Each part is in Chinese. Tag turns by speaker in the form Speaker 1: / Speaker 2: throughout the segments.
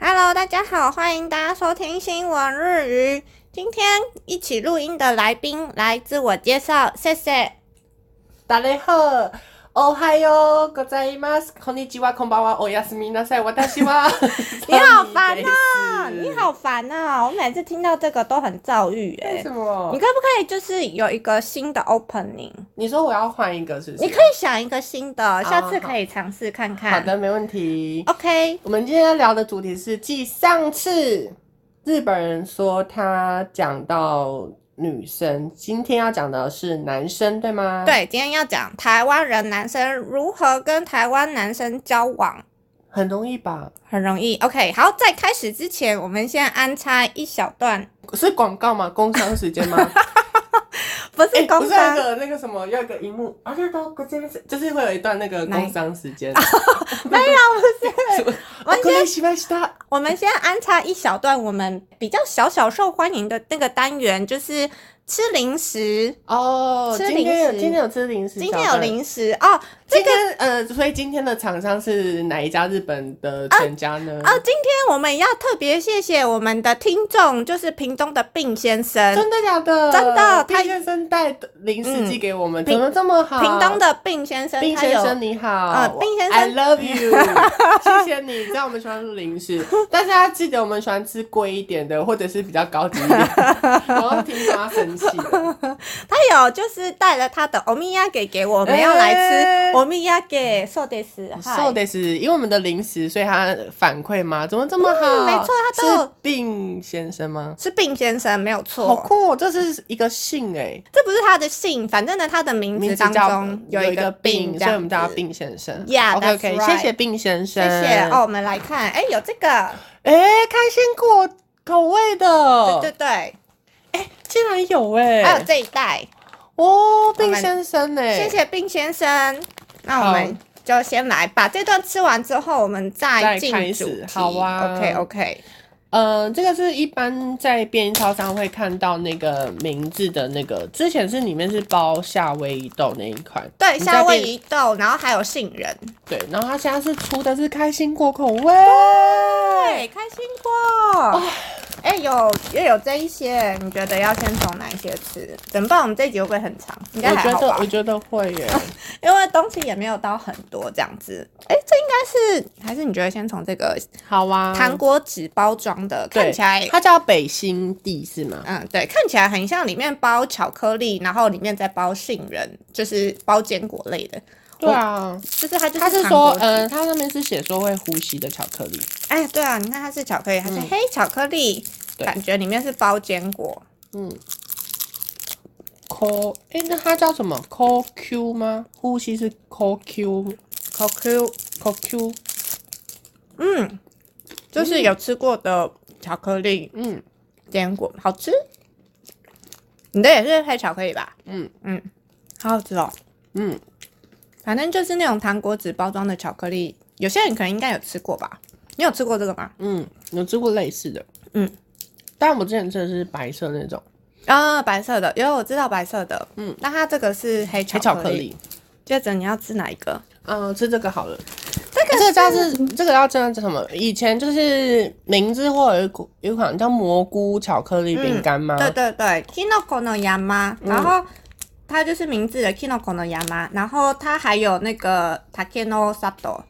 Speaker 1: Hello，大家好，欢迎大家收听新闻日语。今天一起录音的来宾来自我介绍，谢谢。
Speaker 2: 大家好，おはようございます。こんにちは、こんばんは、おやすみなさい。私は
Speaker 1: 你好烦
Speaker 2: 桑尼
Speaker 1: 啊！
Speaker 2: です
Speaker 1: 你好烦啊！我每次听到这个都很躁郁哎、
Speaker 2: 为什么
Speaker 1: 你可？不可以就是有一个新的 opening？
Speaker 2: 你说我要换一个是不是？
Speaker 1: 你可以想一个新的，下次
Speaker 2: 好
Speaker 1: 可以尝试看看。
Speaker 2: 好的，没问题。
Speaker 1: 哦，OK。
Speaker 2: 我们今天要聊的主题是，继上次日本人说他讲到女生，今天要讲的是男生，对吗？。
Speaker 1: 对，今天要讲台湾人男生如何跟台湾男生交往。
Speaker 2: 很容易吧？
Speaker 1: 很容易，OK。好，在开始之前，我们先安插一小段，
Speaker 2: 是广告吗？工商时间吗？
Speaker 1: 不是
Speaker 2: 哎不
Speaker 1: 工
Speaker 2: 是
Speaker 1: 商
Speaker 2: 那，个那个什么，要一个荧幕，啊，这都这边是就是会有一段那个
Speaker 1: 哪一
Speaker 2: 工商时间。
Speaker 1: 啊没有，哎不是。
Speaker 2: 什么
Speaker 1: 我先
Speaker 2: これしました
Speaker 1: 我们先安插一小段我们比较小小受欢迎的那个单元，就是吃零食。
Speaker 2: 哦，
Speaker 1: 吃
Speaker 2: 今天有
Speaker 1: 零食
Speaker 2: 今天有吃零食，
Speaker 1: 今天有
Speaker 2: 食。
Speaker 1: 零食哦，
Speaker 2: 今天呃，所以今天的厂商是哪一家日本的全家呢？
Speaker 1: 哦，今天我们要特别谢谢我们的听众，就是屏东的病先生。
Speaker 2: 真的假的？
Speaker 1: 啊真的
Speaker 2: 毕
Speaker 1: 他
Speaker 2: 先生带零食寄给我们，
Speaker 1: 屏
Speaker 2: 怎么这么好？
Speaker 1: 屏东的病先生，
Speaker 2: 毕
Speaker 1: 他
Speaker 2: 啊先
Speaker 1: 有
Speaker 2: 生你好，
Speaker 1: 呃毕先生
Speaker 2: ，I love you，谢谢你。知道我们喜欢吃零食，但是大家记得我们喜欢吃贵一点的，或者是比较高级一点的，然后听说他生气了。
Speaker 1: 他有就是带了他的欧米亚给给我们，要来
Speaker 2: 哎
Speaker 1: 吃欧米亚给寿得斯，
Speaker 2: 瘦
Speaker 1: 嗨
Speaker 2: 的是因为我们的零食，所以他反馈吗？怎么这么好？
Speaker 1: 嗯没错他都有
Speaker 2: 是病先生吗？
Speaker 1: 是病先生没有错，
Speaker 2: 好酷、哦，这是一个姓哎、
Speaker 1: 这不是他的姓，反正呢他的名字
Speaker 2: 名字
Speaker 1: 当
Speaker 2: 叫
Speaker 1: 中
Speaker 2: 有
Speaker 1: 一
Speaker 2: 个
Speaker 1: 个病，这
Speaker 2: 所以我
Speaker 1: 样
Speaker 2: 们叫他
Speaker 1: 子
Speaker 2: 病先生。
Speaker 1: Yeah,
Speaker 2: OK OK，
Speaker 1: that's right
Speaker 2: 谢谢病先
Speaker 1: 谢
Speaker 2: 生，
Speaker 1: 谢哦，我。们来看，哎，有这个，
Speaker 2: 哎、开心果口味的，
Speaker 1: 对对
Speaker 2: 哎
Speaker 1: 对，
Speaker 2: 竟然有哎、
Speaker 1: 还有这一袋，
Speaker 2: 哦，病先生哎、
Speaker 1: 谢。谢病先生。那我们就先来把这段吃完之后，我们再
Speaker 2: 再
Speaker 1: 进
Speaker 2: 开
Speaker 1: 主
Speaker 2: 始
Speaker 1: 题。
Speaker 2: 好啊
Speaker 1: OK OK，
Speaker 2: 呃，这个是一般在便利超商会看到那个名字的那个，之前是里面是包夏威夷豆那一款，
Speaker 1: 对，
Speaker 2: 你在
Speaker 1: 夏威
Speaker 2: 便
Speaker 1: 夷豆，然后还有杏仁，
Speaker 2: 对，然后它现在是出的是开心果口味，
Speaker 1: 对，开心果。哎、有又有这一些，你觉得要先从哪一些吃？怎么办？我们这一集会不会很长？应该
Speaker 2: 我
Speaker 1: 还
Speaker 2: 觉
Speaker 1: 好
Speaker 2: 得
Speaker 1: 吧
Speaker 2: 我，觉得会耶，
Speaker 1: 因为东西也没有到很多这样子。哎、这应该是还是你觉得先从这个
Speaker 2: 好啊，
Speaker 1: 糖果纸包装的，
Speaker 2: 对
Speaker 1: 看起来
Speaker 2: 它叫北新地是吗？
Speaker 1: 嗯，对，看起来很像里面包巧克力，然后里面再包杏仁，就是包坚果类的。
Speaker 2: 对啊，
Speaker 1: 就是它就是
Speaker 2: 它是
Speaker 1: 糖
Speaker 2: 说
Speaker 1: 果，纸
Speaker 2: 嗯、它上面是写说会呼吸的巧克力，
Speaker 1: 哎，对啊，你看它是巧克力，它是黑巧克力，
Speaker 2: 对
Speaker 1: 感觉里面是包坚果。
Speaker 2: 嗯。Co，哎、那它叫什么？Co Q 吗？呼吸是 Co Q，Co
Speaker 1: Co Q，
Speaker 2: Q，
Speaker 1: 嗯，就是有吃过的巧克力
Speaker 2: 嗯，
Speaker 1: 坚果，好吃。你的也是黑巧克力吧？
Speaker 2: 嗯
Speaker 1: 嗯，好好吃哦。
Speaker 2: 嗯，
Speaker 1: 反正就是那种糖果纸包装的巧克力，有些人可能应该有吃过吧？你有吃过这个吗？
Speaker 2: 嗯，有吃过类似的，
Speaker 1: 嗯，
Speaker 2: 但我之前吃的是白色那种
Speaker 1: 啊、白色的，因为我知道白色的，
Speaker 2: 嗯
Speaker 1: 嗯，那它这个是黑巧
Speaker 2: 黑巧克力。
Speaker 1: 接着你要吃哪一个？
Speaker 2: 嗯，吃这个好了。这个这个叫是这个叫真的叫什么？以前就是明治或有一股有一款叫蘑菇巧克力饼干吗？
Speaker 1: 对对对，Kinoko no Yama，然
Speaker 2: 嗯
Speaker 1: 后它就是名字的 Kinoko no Yama，然后它还有那个 Takeno Sato，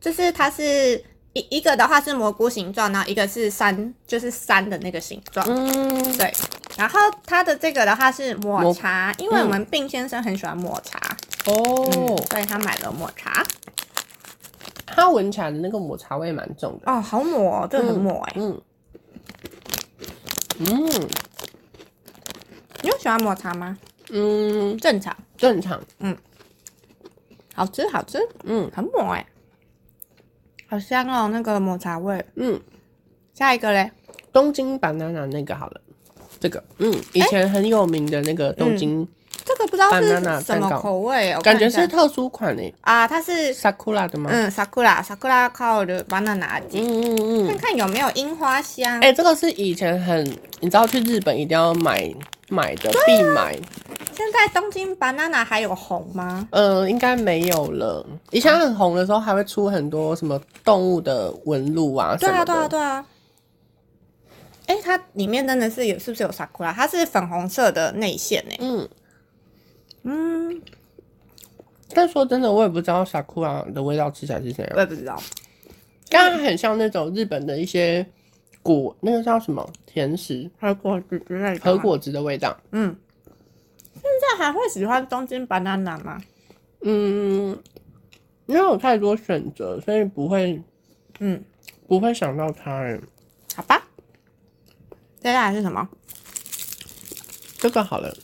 Speaker 1: 就是它是一一个的话是蘑菇形状，然后一个是山，就是山的那个形状。
Speaker 2: 嗯，
Speaker 1: 对，然后它的这个的话是抹茶，因为我们病先生很喜欢抹茶，
Speaker 2: 哦，
Speaker 1: 所以他买了抹茶。
Speaker 2: 它闻起来的那个抹茶味蛮重的。
Speaker 1: 哦，好抹、哦，这个很抹哎、
Speaker 2: 嗯嗯
Speaker 1: 你有喜欢抹茶吗？
Speaker 2: 嗯，
Speaker 1: 正常，
Speaker 2: 正常。
Speaker 1: 好吃，好吃，
Speaker 2: 嗯
Speaker 1: 欸很抹哎、好香哦，那个抹茶味。
Speaker 2: 嗯，
Speaker 1: 下一个嘞，
Speaker 2: 东京 banana 那个好了，这个嗯，以前很有名的那个东京，
Speaker 1: 这个不知道是
Speaker 2: Banana
Speaker 1: 什么
Speaker 2: 蛋糕
Speaker 1: 口味，我看
Speaker 2: 感
Speaker 1: 一
Speaker 2: 觉
Speaker 1: 下
Speaker 2: 是特殊款诶、
Speaker 1: 啊，它是
Speaker 2: sakura 的吗？
Speaker 1: 嗯，sakura sakura color banana
Speaker 2: 嗯
Speaker 1: 味
Speaker 2: 嗯嗯
Speaker 1: 看
Speaker 2: 嗯。
Speaker 1: 看有没有樱花香。
Speaker 2: 哎、这个是以前很，你知道去日本一定要买买的，必买。
Speaker 1: 现在东京 banana 还有红吗？
Speaker 2: 嗯，应该没有了。以前很红的时候，还会出很多什么动物的纹路啊什
Speaker 1: 对啊，
Speaker 2: 么的。
Speaker 1: 对啊，对啊。哎、它里面真的是有，是不是有 sakura？它是粉红色的内馅欸呢。
Speaker 2: 嗯，
Speaker 1: 嗯，
Speaker 2: 但说真的，我也不知道 sakura 的味道吃起来是怎
Speaker 1: 我也
Speaker 2: 样。
Speaker 1: 不知道。
Speaker 2: 刚刚很像那种日本的一些果，那个叫什么甜食、
Speaker 1: 和果子之类的。
Speaker 2: 和。果子的味道。
Speaker 1: 嗯。现在还会喜欢东京 banana 吗？
Speaker 2: 嗯，因为有太多选择，所以不会
Speaker 1: 嗯，
Speaker 2: 不会想到它、欸。
Speaker 1: 好吧。接下来是什么？
Speaker 2: 这个好了，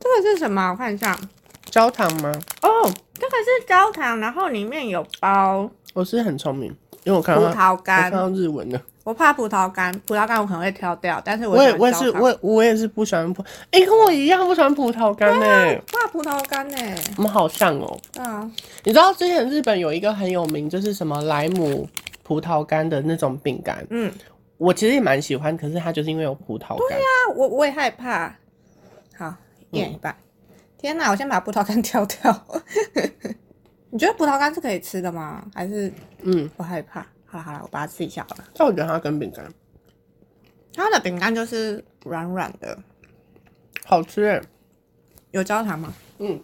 Speaker 1: 这个是什么？我看一下。
Speaker 2: 焦糖吗？
Speaker 1: 哦，这个是焦糖，然后里面有包
Speaker 2: 我是很聪明，因为我看
Speaker 1: 葡
Speaker 2: 到我
Speaker 1: 萄干
Speaker 2: 看。到日文的。
Speaker 1: 我怕葡萄干，葡萄干我可能会挑掉，但是我
Speaker 2: 我也
Speaker 1: 喜欢
Speaker 2: 我也是
Speaker 1: 焦糖
Speaker 2: 我也我也是不喜欢葡，哎、跟我一样不喜欢葡萄干
Speaker 1: 啊
Speaker 2: 呢、
Speaker 1: 怕葡萄干呢、欸。
Speaker 2: 我们好像哦、
Speaker 1: 对啊，
Speaker 2: 你知道之前日本有一个很有名，就是什么莱姆葡萄干的那种饼干，
Speaker 1: 嗯，啊
Speaker 2: 我其实也蛮喜欢，可是它就是因为有葡萄干，
Speaker 1: 那我我也害怕。好，
Speaker 2: 嗯
Speaker 1: 一人一半。天哪，我先把葡萄干挑掉。 你觉得葡萄干是可以吃的吗？还是
Speaker 2: 嗯，
Speaker 1: 我害怕？好了好了，我把它吃一下好了。
Speaker 2: 但我觉得它跟饼干
Speaker 1: 它的饼干就是软软的，
Speaker 2: 好吃、欸，
Speaker 1: 有焦糖吗？
Speaker 2: 嗯，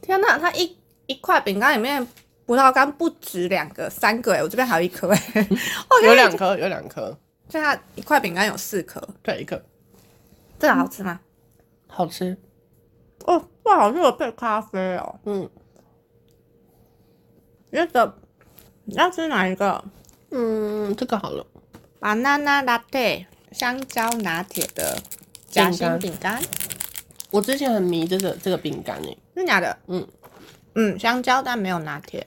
Speaker 1: 天哪，它一一块饼干里面葡萄干不止两个，三个哎、我这边还有一颗哎、 我
Speaker 2: 有两颗有两颗，
Speaker 1: 所以它一块饼干有四颗，
Speaker 2: 对一个
Speaker 1: 这个好吃吗？
Speaker 2: 好吃，
Speaker 1: 哦，不好像有配咖啡哦。
Speaker 2: 嗯
Speaker 1: 那个你要吃哪一个
Speaker 2: 嗯，这个好了，
Speaker 1: ？banana latte 香蕉拿铁的夹心饼干，
Speaker 2: 我之前很迷这个这个饼干诶，
Speaker 1: 真假的？
Speaker 2: 嗯
Speaker 1: 嗯，香蕉但没有拿铁。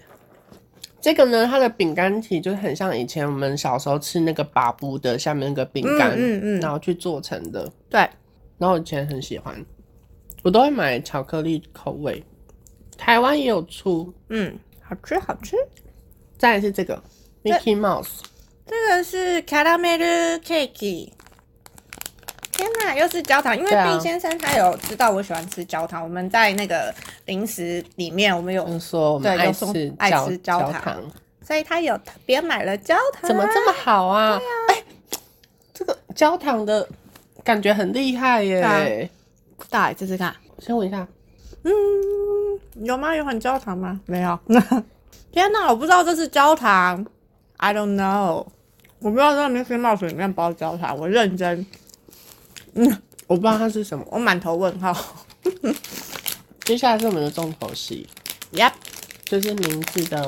Speaker 2: 这个呢，它的饼干体就是很像以前我们小时候吃那个巴布的下面那个饼干，
Speaker 1: 嗯嗯嗯
Speaker 2: 然后去做成的，
Speaker 1: 对，
Speaker 2: 然后我以前很喜欢，我都会买巧克力口味，台湾也有出。
Speaker 1: 嗯，好吃好吃。
Speaker 2: 再来是这个 Mickey Mouse，
Speaker 1: 这个是 caramel cake。天哪，又是焦糖！因为
Speaker 2: 对啊
Speaker 1: 毕先生他有知道我喜欢吃焦糖，我们在那个零食里面我们有，
Speaker 2: 嗯，说我们
Speaker 1: 对
Speaker 2: 爱
Speaker 1: 有松
Speaker 2: 吃
Speaker 1: 爱
Speaker 2: 焦
Speaker 1: 吃焦
Speaker 2: 焦
Speaker 1: 糖所以他有特别买了焦糖。
Speaker 2: 怎么这么好啊？哎、这个焦糖的感觉很厉害
Speaker 1: 对
Speaker 2: 耶！
Speaker 1: 啊大？来试试看。
Speaker 2: 先闻一下，
Speaker 1: 有吗？有很焦糖吗？没有。 天哪，我不知道这是焦糖，I don't know，我不知道这个 Mickey Mouse 里面包焦糖，我认真，
Speaker 2: 我不知道它是什么。
Speaker 1: 我满头问 号。
Speaker 2: 接下来是我们的重头戏，
Speaker 1: Yep，
Speaker 2: 就是明治的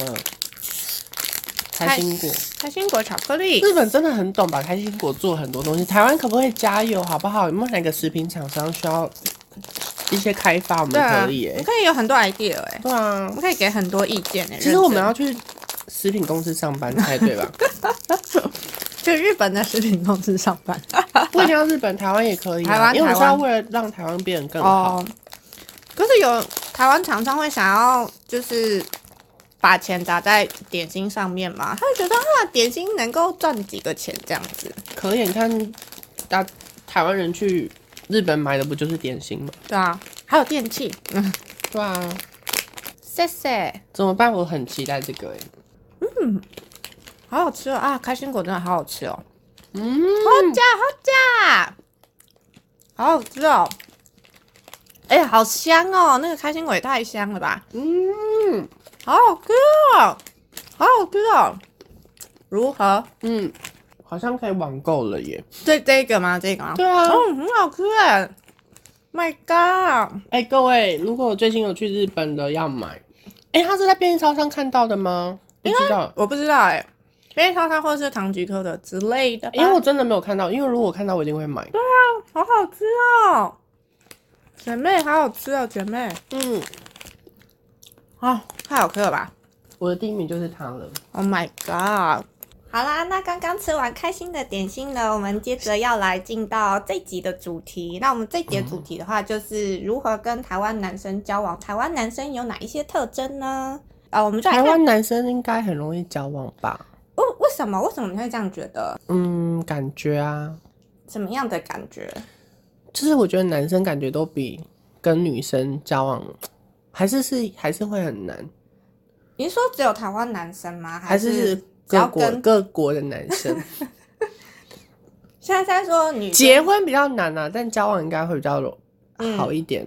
Speaker 2: 开心果。
Speaker 1: 开心果巧克力。
Speaker 2: 日本真的很懂把开心果做很多东西，台湾可不可以加油好不好？有没有哪个食品厂商需要一些开发？我们
Speaker 1: 对啊，
Speaker 2: 可以、
Speaker 1: 我
Speaker 2: 欸，
Speaker 1: 可以有很多 idea 哎、
Speaker 2: 对啊
Speaker 1: 我，可以给很多意见哎、
Speaker 2: 其实我们要
Speaker 1: 认
Speaker 2: 去食品公司上班才对 吧？
Speaker 1: 真去日本的食品公司上班。
Speaker 2: 不一定要日本，台湾也可以、啊，
Speaker 1: 台湾
Speaker 2: 因为我们是
Speaker 1: 台
Speaker 2: 要
Speaker 1: 湾
Speaker 2: 为了让台湾变得更好。
Speaker 1: 哦，可是有台湾厂商会想要就是把钱砸在点心上面嘛？他会觉得啊，点心能够赚几个钱这样子。
Speaker 2: 可以，你看，大台湾人去日本买的不就是点心吗？
Speaker 1: 对啊，还有电器。嗯，
Speaker 2: 对啊，
Speaker 1: 谢谢，
Speaker 2: 怎么办？我很期待这个、欸，
Speaker 1: 好好吃哦啊！开心果真的好好吃哦，
Speaker 2: 嗯，
Speaker 1: 好假好假，好好吃哦。哎、好香哦！那个开心果也太香了吧，
Speaker 2: 嗯
Speaker 1: 好好吃哦，好好吃哦。如何？
Speaker 2: 嗯，好像可以网购了耶。
Speaker 1: 这这个吗？这个吗？
Speaker 2: 对啊，
Speaker 1: 嗯，很好吃哎，My God！
Speaker 2: 哎、各位，如果我最近有去日本的要买，哎、他是在便利超商看到的吗？不知道，
Speaker 1: 我不知道哎，便利超商或是唐吉诃德之类的吧，
Speaker 2: 因为我真的没有看到，因为如果我看到，我一定会买。
Speaker 1: 好好吃哦，姐妹好好吃哦，姐妹
Speaker 2: 嗯，
Speaker 1: 啊、太好吃了吧
Speaker 2: 我的第一名就是它了。
Speaker 1: ！Oh my God！好啦，那刚刚吃完开心的点心呢，我们接着要来进到这集的主题。那我们这集的主题的话，就是如何跟台湾男生交往。台湾男生有哪一些特征呢？呃，我们就来
Speaker 2: 台
Speaker 1: 看，
Speaker 2: 湾男生应该很容易交往吧？
Speaker 1: 为为什么为什么你会这样觉得？
Speaker 2: 嗯，感觉啊，
Speaker 1: 什么样的感觉？
Speaker 2: 就是我觉得男生感觉都比跟女生交往，还是是还是会很难，
Speaker 1: 你是说只有台湾男生吗？
Speaker 2: 还
Speaker 1: 是
Speaker 2: 是
Speaker 1: 只要
Speaker 2: 各国
Speaker 1: 跟
Speaker 2: 各国的男 生
Speaker 1: 现在在说女生
Speaker 2: 结婚比较难啊，但交往应该会比较容
Speaker 1: 嗯
Speaker 2: 好一点。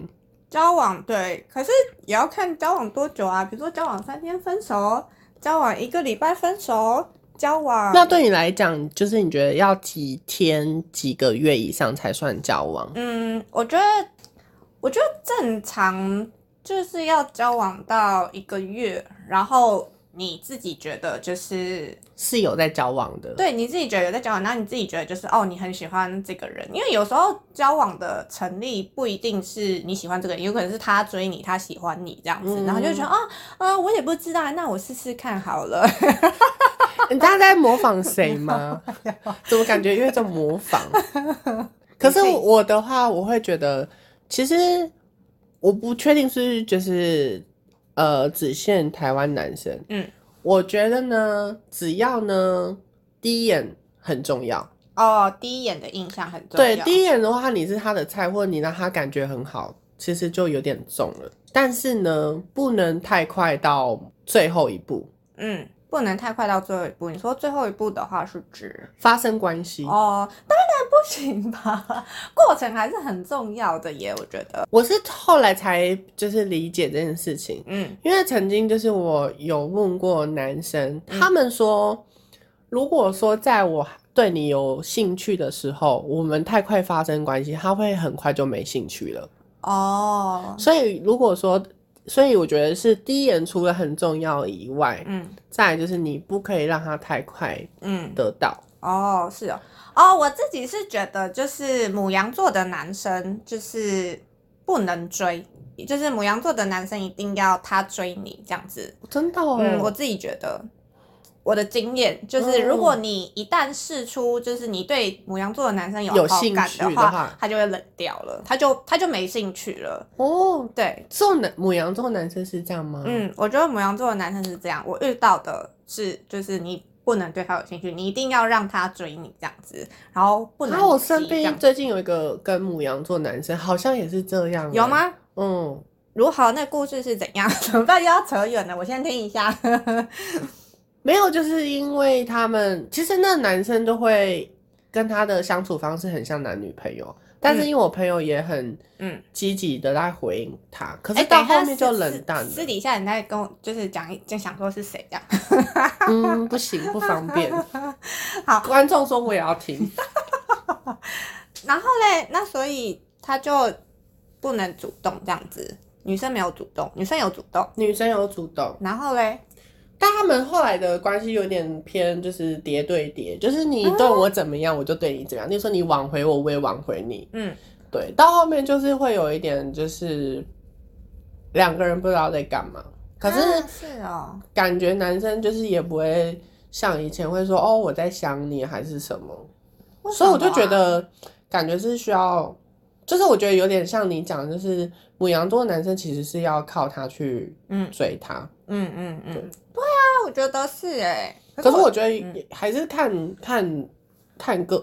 Speaker 1: 交往对，可是也要看交往多久啊。比如说交往三天分手，交往一个礼拜分手，交往
Speaker 2: 那对你来讲，就是你觉得要几天、几个月以上才算交往？
Speaker 1: 嗯，我觉得我觉得正常就是要交往到一个月，然后你自己觉得就是
Speaker 2: 是有在交往的，，
Speaker 1: 对你自己觉得有在交往，然后你自己觉得就是哦，你很喜欢这个人，因为有时候交往的成立不一定是你喜欢这个人，有可能是他追你，他喜欢你这样子，然后就觉得啊，嗯、我也不知道，那我试试看好了。 啊
Speaker 2: 大家在模仿谁吗？怎么感觉因为在模 仿？可是
Speaker 1: 你可以
Speaker 2: 我的话，我会觉得，其实我不确定是不是就是呃，只限台湾男生。
Speaker 1: 嗯，
Speaker 2: 我觉得呢，只要呢第一眼很重要。
Speaker 1: 哦，第一眼的印象很重
Speaker 2: 对
Speaker 1: 要。，
Speaker 2: 第一眼的话，你是他的菜，或者你让他感觉很好，其实就有点重了。但是呢，不能太快到最后一步
Speaker 1: 嗯，不能太快到最后一步。你说最后一步的话是指
Speaker 2: 发生关系。
Speaker 1: 哦，当然不行吧，过程还是很重要的耶，我觉得。
Speaker 2: 我是后来才就是理解这件事情，
Speaker 1: 嗯
Speaker 2: 因为曾经就是我有问过男生，他们说，如果说在我对你有兴趣的时候，我们太快发生关系，他会很快就没兴趣了。
Speaker 1: 哦，
Speaker 2: 所以如果说，所以我觉得是第一眼除了很重要以外，
Speaker 1: 嗯
Speaker 2: 再来就是你不可以让他太快
Speaker 1: 嗯，
Speaker 2: 得到。
Speaker 1: 哦，是哦，哦，我自己是觉得，就是母羊座的男生就是不能追，就是母羊座的男生一定要他追你这样子。
Speaker 2: 真的哦，
Speaker 1: 嗯，我自己觉得。我的经验就是，
Speaker 2: 嗯
Speaker 1: 如果你一旦试出，就是你对母羊座的男生有
Speaker 2: 有
Speaker 1: 好
Speaker 2: 兴
Speaker 1: 感
Speaker 2: 趣
Speaker 1: 的
Speaker 2: 的
Speaker 1: 话
Speaker 2: 话，
Speaker 1: 他就会冷掉了，他就他就没兴趣了。
Speaker 2: 哦，
Speaker 1: 对，
Speaker 2: 这种男母羊座男生是这样吗？，
Speaker 1: 嗯，我觉得母羊座的男生是这样，我遇到的是，就是你不能对他有兴趣，你一定要让他追你这样子，然后不能
Speaker 2: 然
Speaker 1: 急。
Speaker 2: 后啊我身
Speaker 1: 这
Speaker 2: 边
Speaker 1: 样
Speaker 2: 最近有一个跟母羊座男生，好像也是这样，啊
Speaker 1: 有？吗？
Speaker 2: 嗯，
Speaker 1: 如何？那故事是怎样？ 怎么办？又要扯远了，我先听 一下。
Speaker 2: 没有，就是因为他们其实那男生都会跟他的相处方式很像男女朋友，但是因为我朋友也很
Speaker 1: 嗯，
Speaker 2: 积极的在回应他，可
Speaker 1: 哎
Speaker 2: 是到
Speaker 1: 等一下
Speaker 2: 后面就
Speaker 1: 私
Speaker 2: 冷淡了
Speaker 1: 私，私底下你再跟我就是讲一，就想说是谁这样。
Speaker 2: 嗯，不行，不方便。
Speaker 1: 好
Speaker 2: 观众说我也要听，
Speaker 1: 然后嘞，那所以他就不能主动这样子，女生没有主动，女生有主动。
Speaker 2: 女生有主动。
Speaker 1: 然后嘞，
Speaker 2: 但他们后来的关系有点偏，就是叠对叠，就是你
Speaker 1: 啊
Speaker 2: 对我怎么样，我就对你怎么样。例如说你挽回我，我也挽回你。
Speaker 1: 嗯，
Speaker 2: 对，到后面就是会有一点，就是两个人不知道在干嘛。可
Speaker 1: 啊
Speaker 2: 是
Speaker 1: 是哦，
Speaker 2: 感觉男生就是也不会像以前会说哦我在想你还是什么，
Speaker 1: 为什
Speaker 2: 所以我就
Speaker 1: 么
Speaker 2: 觉
Speaker 1: 啊
Speaker 2: 得感觉是需要，就是我觉得有点像你讲的，就是母羊座男生其实是要靠他去
Speaker 1: 嗯
Speaker 2: 追他。
Speaker 1: 嗯嗯嗯，
Speaker 2: 对
Speaker 1: 对啊，我觉得是哎、
Speaker 2: 可是我觉得也还是看、看看个，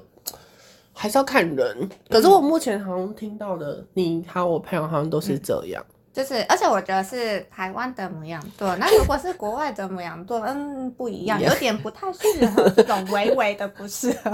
Speaker 2: 还是要看人。可是我目前好像听到的，你还有我朋友好像都是这样。
Speaker 1: 就是，而且我觉得是台湾的母羊座， 那如果是国外的母羊座，嗯，不一样，有点不太适合这种微微的不适 合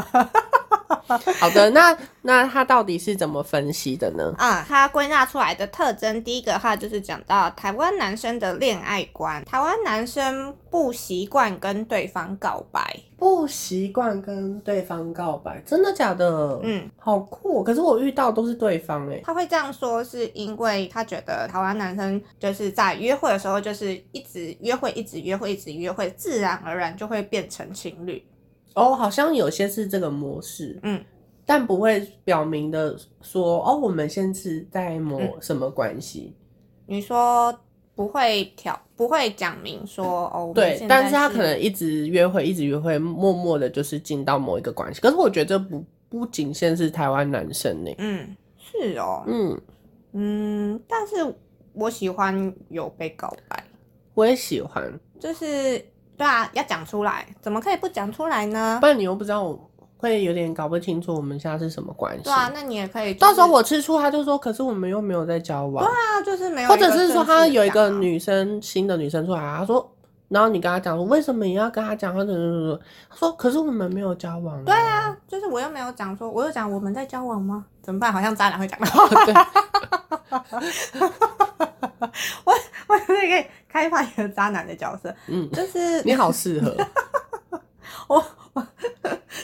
Speaker 2: 好的，那那他到底是怎么分析的呢？
Speaker 1: 啊。他归纳出来的特征，第一个话就是讲到台湾男生的恋爱观，台湾男生不习惯跟对方告白，
Speaker 2: 不习惯跟对方告白，真的假的？
Speaker 1: 嗯，
Speaker 2: 好酷哦、可是我遇到都是对方哎、
Speaker 1: 他会这样说，是因为他觉得台湾男生就是在约会的时候，就是一直约会，一直约会，一直约会，自然而然就会变成情侣。
Speaker 2: 哦，好像有些是这个模式，
Speaker 1: 嗯，
Speaker 2: 但不会表
Speaker 1: 嗯
Speaker 2: 明的说哦，我们现在是在某什么关系。
Speaker 1: 你说不会挑，不会讲明说哦，我们
Speaker 2: 对
Speaker 1: 现，
Speaker 2: 但
Speaker 1: 在
Speaker 2: 是他可能一直约会，一直约会，默默的就是进到某一个关系。可是我觉得这不不仅限是台湾男生呢、
Speaker 1: 嗯是哦
Speaker 2: 嗯，
Speaker 1: 嗯，但是我喜欢有被告白，
Speaker 2: 我也喜欢，
Speaker 1: 就是对啊，要讲出来，怎么可以不讲出来呢
Speaker 2: 不？然你又不知道，我会有点搞不清楚我们现在是什么关系。
Speaker 1: 对啊，那你也可以就是、
Speaker 2: 到时候我吃醋，他就说，可是我们又没有在交往，
Speaker 1: 啊，就是没有，
Speaker 2: 或者是说他有一
Speaker 1: 啊
Speaker 2: 个，女生新的女生出来，啊他说。然后你跟他讲说，为什么你要跟他讲？他怎么怎么怎么？他说，可是我们没有交往、对啊，
Speaker 1: 就是我又没有讲说，我又讲我们在交往吗？怎么办？好像渣男会讲到，
Speaker 2: 对，
Speaker 1: 我我是可以开发一个渣男的角色，
Speaker 2: 嗯，
Speaker 1: 就是
Speaker 2: 你好适 合。
Speaker 1: 我我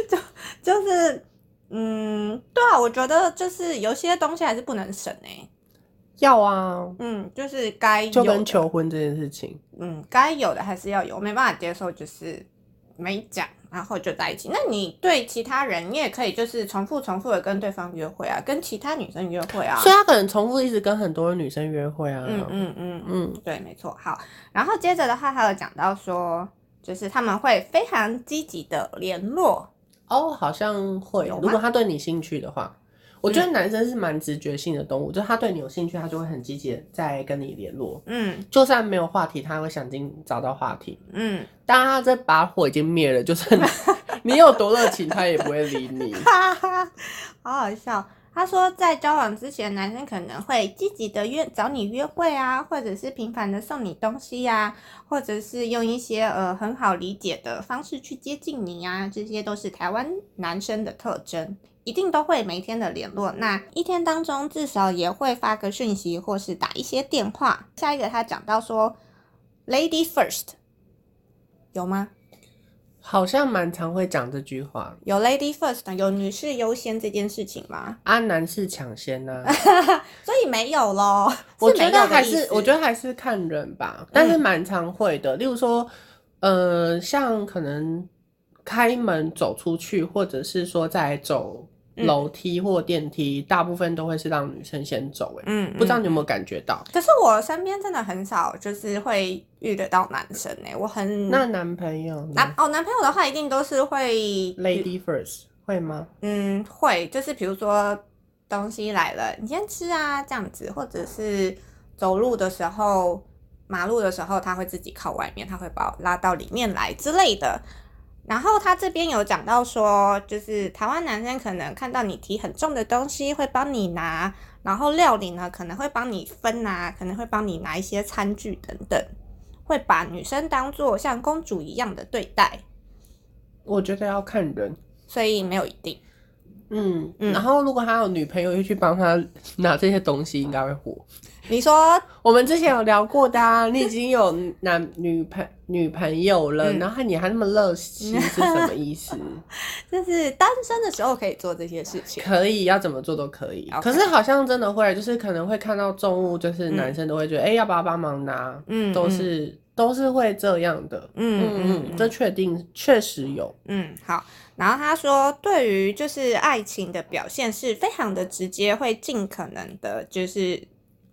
Speaker 1: 就就是嗯，对啊，我觉得就是有些东西还是不能省哎、
Speaker 2: 要啊，
Speaker 1: 嗯，就是该有
Speaker 2: 就
Speaker 1: 的
Speaker 2: 跟求婚这件事情，
Speaker 1: 嗯，该有的还是要有，我没办法接受就是没讲，然后就在一起。那你对其他人，你也可以就是重复重复的跟对方约会啊，跟其他女生约会啊。
Speaker 2: 所以他可能重复一直跟很多女生约会啊。
Speaker 1: 嗯嗯嗯嗯，
Speaker 2: 嗯
Speaker 1: 对，没错。好，然后接着的话，还有讲到说，就是他们会非常积极的联络。
Speaker 2: 哦，好像会。
Speaker 1: 有吗
Speaker 2: 如果他对你兴趣的话，我觉得男生是蛮直觉性的动物，就是他对你有兴趣，他就会很积极的在跟你联络。
Speaker 1: 嗯
Speaker 2: 就算没有话题，他会想尽找到话题。
Speaker 1: 嗯，
Speaker 2: 当然，他这把火已经灭了，就是 你你有多热情，他也不会理你。
Speaker 1: 哈哈， 好好笑。他说，在交往之前，男生可能会积极的约找你约会啊，或者是频繁的送你东西呀、或者是用一些呃很好理解的方式去接近你啊，这些都是台湾男生的特征，一定都会每天的联络。那一天当中，至少也会发个讯息或是打一些电话。下一个他讲到说，Lady First，有吗？
Speaker 2: 好像蛮常会讲这句话
Speaker 1: 有 Lady First，有女士优先这件事情吗？
Speaker 2: 啊，男士抢先啊呐、
Speaker 1: 所以没有咯。
Speaker 2: 我觉得还
Speaker 1: 没有的意思，
Speaker 2: 是
Speaker 1: 嗯
Speaker 2: 我觉得还是看人吧，但是蛮常会的。例如说，呃，像可能开门走出去，或者是说在走
Speaker 1: 嗯
Speaker 2: 楼梯或电梯，大部分都会是让女生先走、欸。
Speaker 1: 嗯，
Speaker 2: 不知道
Speaker 1: 嗯
Speaker 2: 你有没有感觉到？
Speaker 1: 可是我身边真的很少，就是会遇得到男生哎、我很
Speaker 2: 那男朋友呢
Speaker 1: 男哦男朋友的话，一定都是会
Speaker 2: ？Lady first 会吗？
Speaker 1: 嗯会，就是比如说东西来了，你先吃啊这样子，或者是走路的时候，马路的时候，他会自己靠外面，他会把我拉到里面来之类的。然后他这边有讲到说，就是台湾男生可能看到你提很重的东西会帮你拿，然后料理呢可能会帮你分啊，可能会帮你拿一些餐具等等，会把女生当做像公主一样的对待，
Speaker 2: 我觉得要看人。
Speaker 1: 所以没有一定。
Speaker 2: 嗯，
Speaker 1: 嗯
Speaker 2: 然后如果他有女朋友，又去帮他拿这些东西，应该会火。
Speaker 1: 你说
Speaker 2: 我们之前有聊过的、啊，你已经有男女朋女朋友了，
Speaker 1: 嗯
Speaker 2: 然后你还那么热心，是什么 意思？
Speaker 1: 就是单身的时候可以做这些事情。
Speaker 2: 可以，要怎么做都可以。啊
Speaker 1: OK
Speaker 2: 可是好像真的会，就是可能会看到重物，就是
Speaker 1: 嗯
Speaker 2: 男生都会觉得，哎、要不要帮忙拿？
Speaker 1: 嗯
Speaker 2: 都是、都是会这样的。
Speaker 1: 嗯
Speaker 2: 嗯
Speaker 1: 嗯
Speaker 2: 嗯，这
Speaker 1: 嗯
Speaker 2: 确定确实有。
Speaker 1: 嗯好。然后他说，对于就是爱情的表现是非常的直接，会尽可能的，就是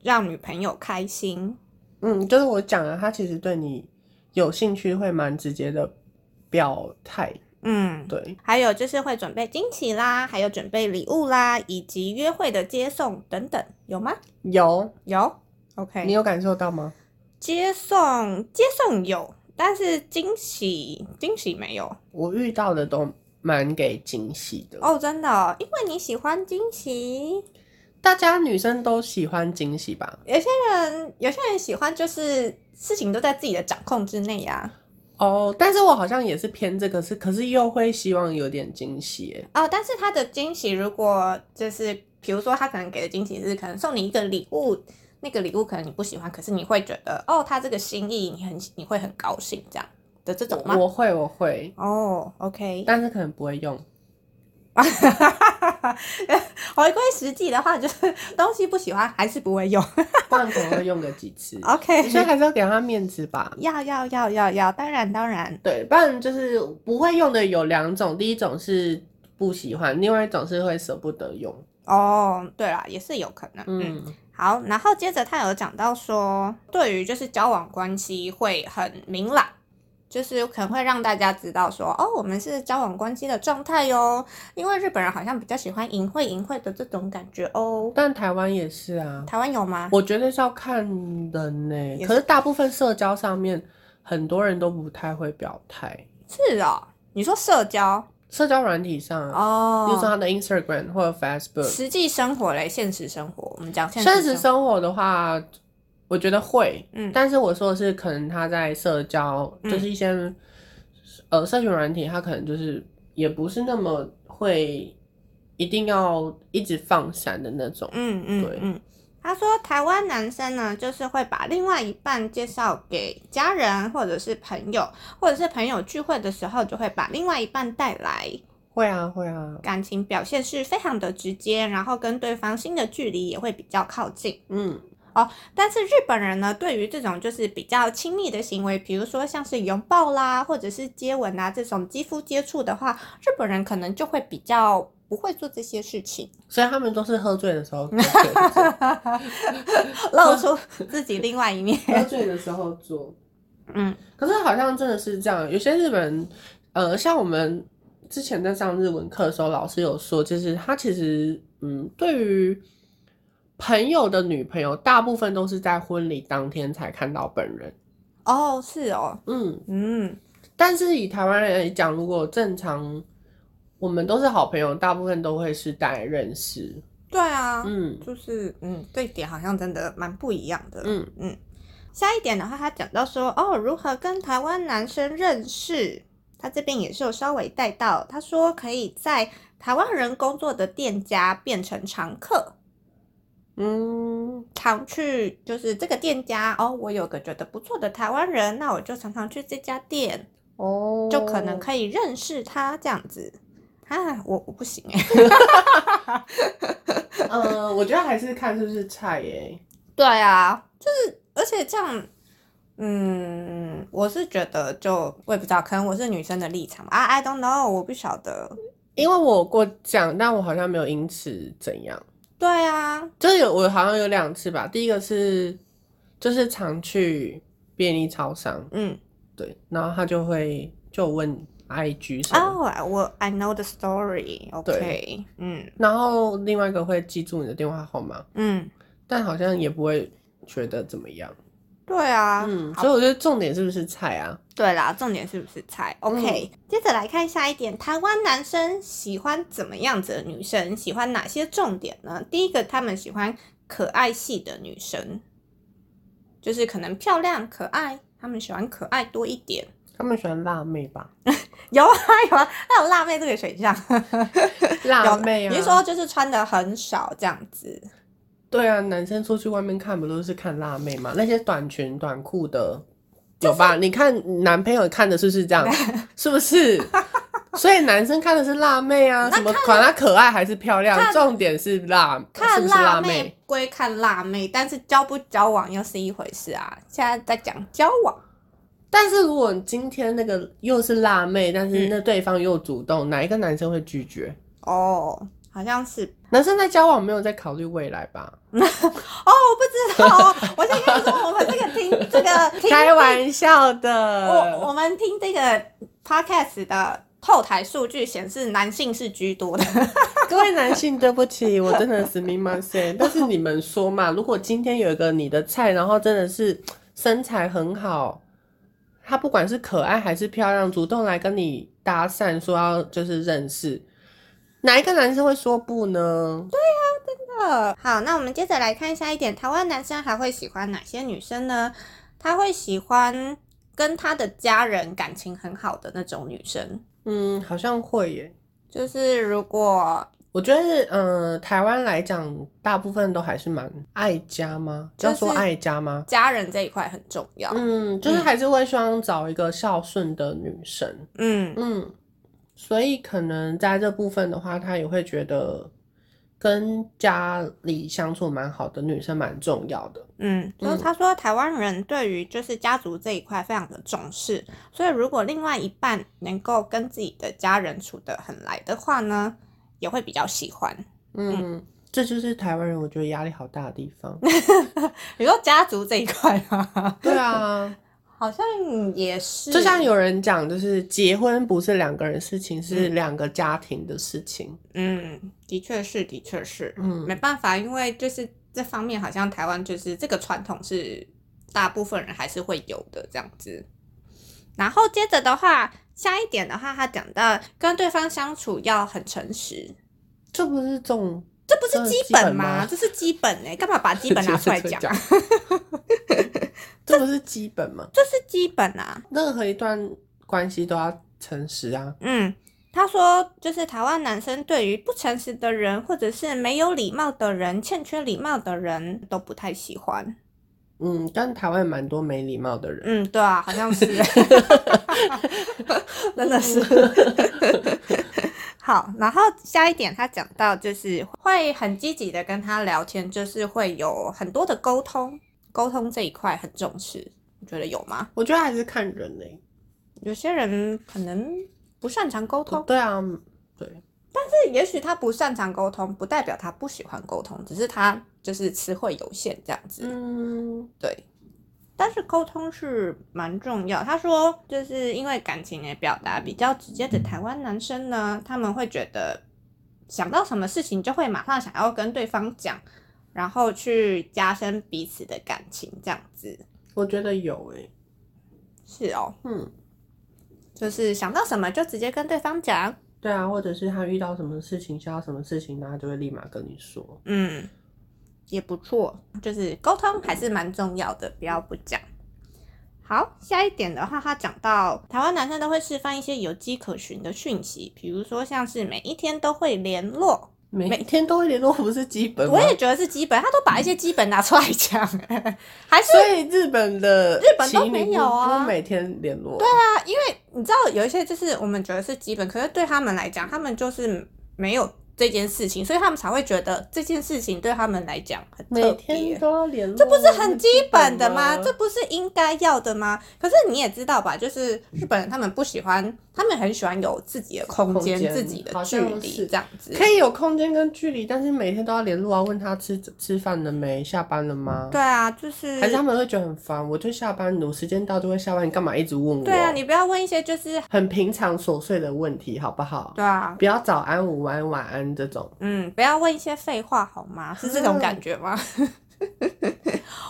Speaker 1: 让女朋友开心。
Speaker 2: 嗯，就是我讲了，他其实对你有兴趣，会蛮直接的表态。
Speaker 1: 嗯，
Speaker 2: 对，
Speaker 1: 还有就是会准备惊喜啦，还有准备礼物啦，以及约会的接送等等，有吗？
Speaker 2: 有
Speaker 1: 有
Speaker 2: 你
Speaker 1: ，OK。
Speaker 2: 有感受到吗？
Speaker 1: 接送接送有，但是惊喜惊喜没有
Speaker 2: 我遇到的都蛮给惊喜的。
Speaker 1: 哦，真的哦、因为你喜欢惊喜。
Speaker 2: 大家女生都喜欢惊喜吧？
Speaker 1: 有些人有些人喜欢就是事情都在自己的掌控之内啊呀、
Speaker 2: 哦、但是我好像也是偏这个是，可是又会希望有点惊喜耶。
Speaker 1: 哦，但是他的惊喜如果就是比如说他可能给的惊喜是可能送你一个礼物，那个礼物可能你不喜欢，可是你会觉得哦，他这个心意你很你会很高兴这样的这种吗？
Speaker 2: 我会，我会，
Speaker 1: 哦，OK，
Speaker 2: 但是可能不会用。
Speaker 1: 回归实际的话，就是东西不喜欢还是不会用。。
Speaker 2: 不然可能会用个几次
Speaker 1: OK，
Speaker 2: 所以还是要给他面子吧。
Speaker 1: 要要要要要，当然当然，
Speaker 2: 对，不然就是不会用的有两种，第一种是不喜欢，另外一种是会舍不得用。
Speaker 1: 哦，对啦，也是有可能。嗯，
Speaker 2: 嗯
Speaker 1: 好，然后接着他有讲到说，对于就是交往关系会很明朗。就是可能会让大家知道说，哦，我们是交往关系的状态哟，因为日本人好像比较喜欢淫秽淫秽的这种感觉哦。
Speaker 2: 但台湾也是啊，
Speaker 1: 台湾有吗？
Speaker 2: 我觉得是要看人呢、
Speaker 1: 也是
Speaker 2: 可是大部分社交上面，很多人都不太会表态，
Speaker 1: 是哦，你说社交
Speaker 2: 社交软体上啊，比如说
Speaker 1: 哦，
Speaker 2: 他的 Instagram 或者 Facebook，
Speaker 1: 实际生活嘞，现实生活，我们讲现
Speaker 2: 现实
Speaker 1: 实生活，
Speaker 2: 生活的话，我觉得会，
Speaker 1: 嗯
Speaker 2: 但是我说的是，可能他在社交，
Speaker 1: 嗯
Speaker 2: 就是一些、呃社群软体，他可能就是也不是那么会一定要一直放闪的那种。
Speaker 1: 嗯嗯
Speaker 2: 对
Speaker 1: 嗯。他说，台湾男生呢，就是会把另外一半介绍给家人或者是朋友，或者是朋友聚会的时候，就会把另外一半带来。
Speaker 2: 会啊，会啊，
Speaker 1: 感情表现是非常的直接，然后跟对方心的距离也会比较靠近。
Speaker 2: 嗯，
Speaker 1: 但是日本人呢，对于这种就是比较亲密的行为，比如说像是拥抱啦，或者是接吻啊这种肌肤接触的话，日本人可能就会比较不会做这些事情，
Speaker 2: 所以他们都是喝醉的 时候做，
Speaker 1: 露出自己另外一面。
Speaker 2: 喝醉的时候做。
Speaker 1: 嗯，
Speaker 2: 可是好像真的是这样，有些日本人，呃，像我们之前在上日文课的时候，老师有说，就是他其实，嗯，对于朋友的女朋友，大部分都是在婚礼当天才看到本人。
Speaker 1: 哦，是哦，
Speaker 2: 嗯，
Speaker 1: 嗯
Speaker 2: 但是以台湾人来讲，如果正常，我们都是好朋友，大部分都会是带认识。，
Speaker 1: 对啊，
Speaker 2: 嗯
Speaker 1: 就是嗯，这一点好像真的蛮不一样的。
Speaker 2: 嗯，
Speaker 1: 下一点的话，他讲到说，哦，如何跟台湾男生认识，他这边也是有稍微带到，他说可以在台湾人工作的店家变成常客，
Speaker 2: 嗯，
Speaker 1: 常去就是这个店家哦，我有个觉得不错的台湾人，那我就常常去这家店，
Speaker 2: 哦，
Speaker 1: 就可能可以认识他这样子。啊，我我不行哎、
Speaker 2: 呃，我觉得还是看是不是菜耶、
Speaker 1: 对啊，就是而且这样，嗯，我是觉得就我也不知道，可能我是女生的立场啊，I don't know，我不晓得。
Speaker 2: 因为我有过奖，但我好像没有因此怎样。
Speaker 1: 对啊，
Speaker 2: 就是有我好像有两次吧，第一个是就是常去便利超商，
Speaker 1: 嗯，
Speaker 2: 对，然后他就会就问 IG 什么，
Speaker 1: 哦，我 I know the story，OK，、嗯
Speaker 2: 然后另外一个会记住你的电话号码，
Speaker 1: 嗯，
Speaker 2: 但好像也不会觉得怎么样，
Speaker 1: 对啊，
Speaker 2: 嗯，
Speaker 1: 好
Speaker 2: 所以我觉得重点是不是菜啊？
Speaker 1: 对啦，重点是不是菜？OK，、接
Speaker 2: 嗯
Speaker 1: 着来看下一点，台湾男生喜欢怎么样子的女生？喜欢哪些重点呢？第一个，他们喜欢可爱系的女生，就是可能漂亮可爱，他们喜欢可爱多一点。
Speaker 2: 他们喜欢辣妹吧？
Speaker 1: 有啊有啊，那有辣妹这个选项，
Speaker 2: 辣妹啊，
Speaker 1: 你是说就是穿的很少这样子？
Speaker 2: 对啊，男生出去外面看不都是看辣妹吗？那些短裙短裤的，有吧？你看男朋友看的是不是 这样？是不是？所以男生看的是辣妹啊，什么管她可爱还是漂亮，
Speaker 1: 看
Speaker 2: 重点是辣，是
Speaker 1: 看
Speaker 2: 不是辣
Speaker 1: 妹
Speaker 2: 妹？
Speaker 1: 归看辣妹，但是交不交往又是一回事啊。现在在讲交往，
Speaker 2: 但是如果你今天那个又是辣妹，但是
Speaker 1: 嗯
Speaker 2: 那对方又主动，哪一个男生会拒绝？
Speaker 1: 哦，好像是
Speaker 2: 男生在交往没有在考虑未来吧？
Speaker 1: 哦，我不知道哦。我先跟你说，我们这个听这个听
Speaker 2: 开玩笑的，
Speaker 1: 我我们听这个 podcast 的后台数据显示，男性是居多的。
Speaker 2: 各位男性，对不起，我真的是迷茫塞。但是你们说嘛，如果今天有一个你的菜，然后真的是身材很好，她不管是可爱还是漂亮，主动来跟你搭讪，说要就是认识，哪一个男生会说不呢？
Speaker 1: 好，那我们接着来看下一点，台湾男生还会喜欢哪些女生呢？他会喜欢跟他的家人感情很好的那种女生，
Speaker 2: 嗯，好像会耶。
Speaker 1: 就是如果
Speaker 2: 我觉得，嗯、台湾来讲，大部分都还是蛮爱家吗？
Speaker 1: 就
Speaker 2: 要
Speaker 1: 是哦
Speaker 2: 说爱家吗？
Speaker 1: 家人这一块很重要。
Speaker 2: 嗯，就是还是会希望找一个孝顺的女生。
Speaker 1: 嗯
Speaker 2: 嗯，所以可能在这部分的话，他也会觉得跟家里相处蛮好的女生蛮重要的。
Speaker 1: 嗯，就是他说台湾人对于就是家族这一块非常的重视，所以如果另外一半能够跟自己的家人处得很来的话呢，也会比较喜欢。
Speaker 2: 嗯，这就是台湾人我觉得压力好大的地 方。
Speaker 1: 你说家族这一块吗？
Speaker 2: 对啊，
Speaker 1: 好像也是，
Speaker 2: 就像有人讲，就是结婚不是两个人的事情，是两个家庭的事情。
Speaker 1: 嗯，的确是，的确是，
Speaker 2: 嗯
Speaker 1: 没办法，因为就是这方面好像台湾就是这个传统是大部分人还是会有的这样子。然后接着的话，下一点的话，他讲到跟对方相处要很诚实，
Speaker 2: 这不是重，
Speaker 1: 这不
Speaker 2: 这
Speaker 1: 是
Speaker 2: 是
Speaker 1: 基
Speaker 2: 基
Speaker 1: 本
Speaker 2: 本
Speaker 1: 吗？
Speaker 2: 吗
Speaker 1: 这是基本哎、干嘛把基本 拿出来讲？
Speaker 2: 这是最这不是基本吗？
Speaker 1: 这是基本啊，
Speaker 2: 任何一段关系都要诚实啊。
Speaker 1: 嗯，他说就是台湾男生对于不诚实的人，或者是没有礼貌的人、欠缺礼貌的人都不太喜欢。
Speaker 2: 嗯，但台湾蛮多没礼貌的人。
Speaker 1: 嗯，对啊，好像是， 真的是。 好，然后下一点他讲到就是会很积极的跟他聊天，就是会有很多的沟通，沟通这一块很重视，你觉得有吗？
Speaker 2: 我觉得还是看人欸嘞、
Speaker 1: 有些人可能不擅长沟通，
Speaker 2: 对啊，对，
Speaker 1: 但是也许他不擅长沟通，不代表他不喜欢沟通，只是他就是词汇有限这样子。
Speaker 2: 嗯，
Speaker 1: 对，但是沟通是蛮重要。他说，就是因为感情的表达比较直接的台湾男生呢，他们会觉得想到什么事情就会马上想要跟对方讲，然后去加深彼此的感情，这样子
Speaker 2: 我觉得有诶、
Speaker 1: 是哦，
Speaker 2: 嗯，
Speaker 1: 就是想到什么就直接跟对方讲。
Speaker 2: 对啊，或者是他遇到什么事情，想到什么事情，他就会立马跟你说。
Speaker 1: 嗯，也不错，就是沟通还是蛮重要的，不要不讲。好，下一点的话，他讲到台湾男生都会示范一些有迹可循的讯息，比如说像是每一天都会联络，
Speaker 2: 每天都会联络不是基本吗
Speaker 1: 我？也觉得是基本，他都把一些基本拿出来 讲，还是
Speaker 2: 所以日本的
Speaker 1: 日本都没有啊
Speaker 2: 情侣不不每天联络。对啊，
Speaker 1: 啊，因为你知道有一些就是我们觉得是基本，可是对他们来讲，他们就是没有这件事情，所以他们才会觉得这件事情对他们来讲很特
Speaker 2: 每
Speaker 1: 别。
Speaker 2: 天都要联络，
Speaker 1: 这不是很基本的吗？
Speaker 2: 很基
Speaker 1: 这不是应该要的吗？可是你也知道吧，就是日本人他们不喜欢，他们很喜欢有自己的空间、
Speaker 2: 空间
Speaker 1: 自己的
Speaker 2: 好
Speaker 1: 距
Speaker 2: 像
Speaker 1: 离
Speaker 2: 是
Speaker 1: 这样子。
Speaker 2: 可以有空间跟距离，但是每天都要联络啊，问他吃吃饭了没，下班了吗？
Speaker 1: 对，啊，就是
Speaker 2: 还是他们会觉得很烦，我就下班，我时间到就会下班，你干嘛一直问我？
Speaker 1: 对啊，你不要问一些就是
Speaker 2: 很平常琐碎的问题，好不好？
Speaker 1: 对啊，
Speaker 2: 不要早安、午安、晚安这种。
Speaker 1: 嗯，不要问一些废话好 吗？是这种感觉吗？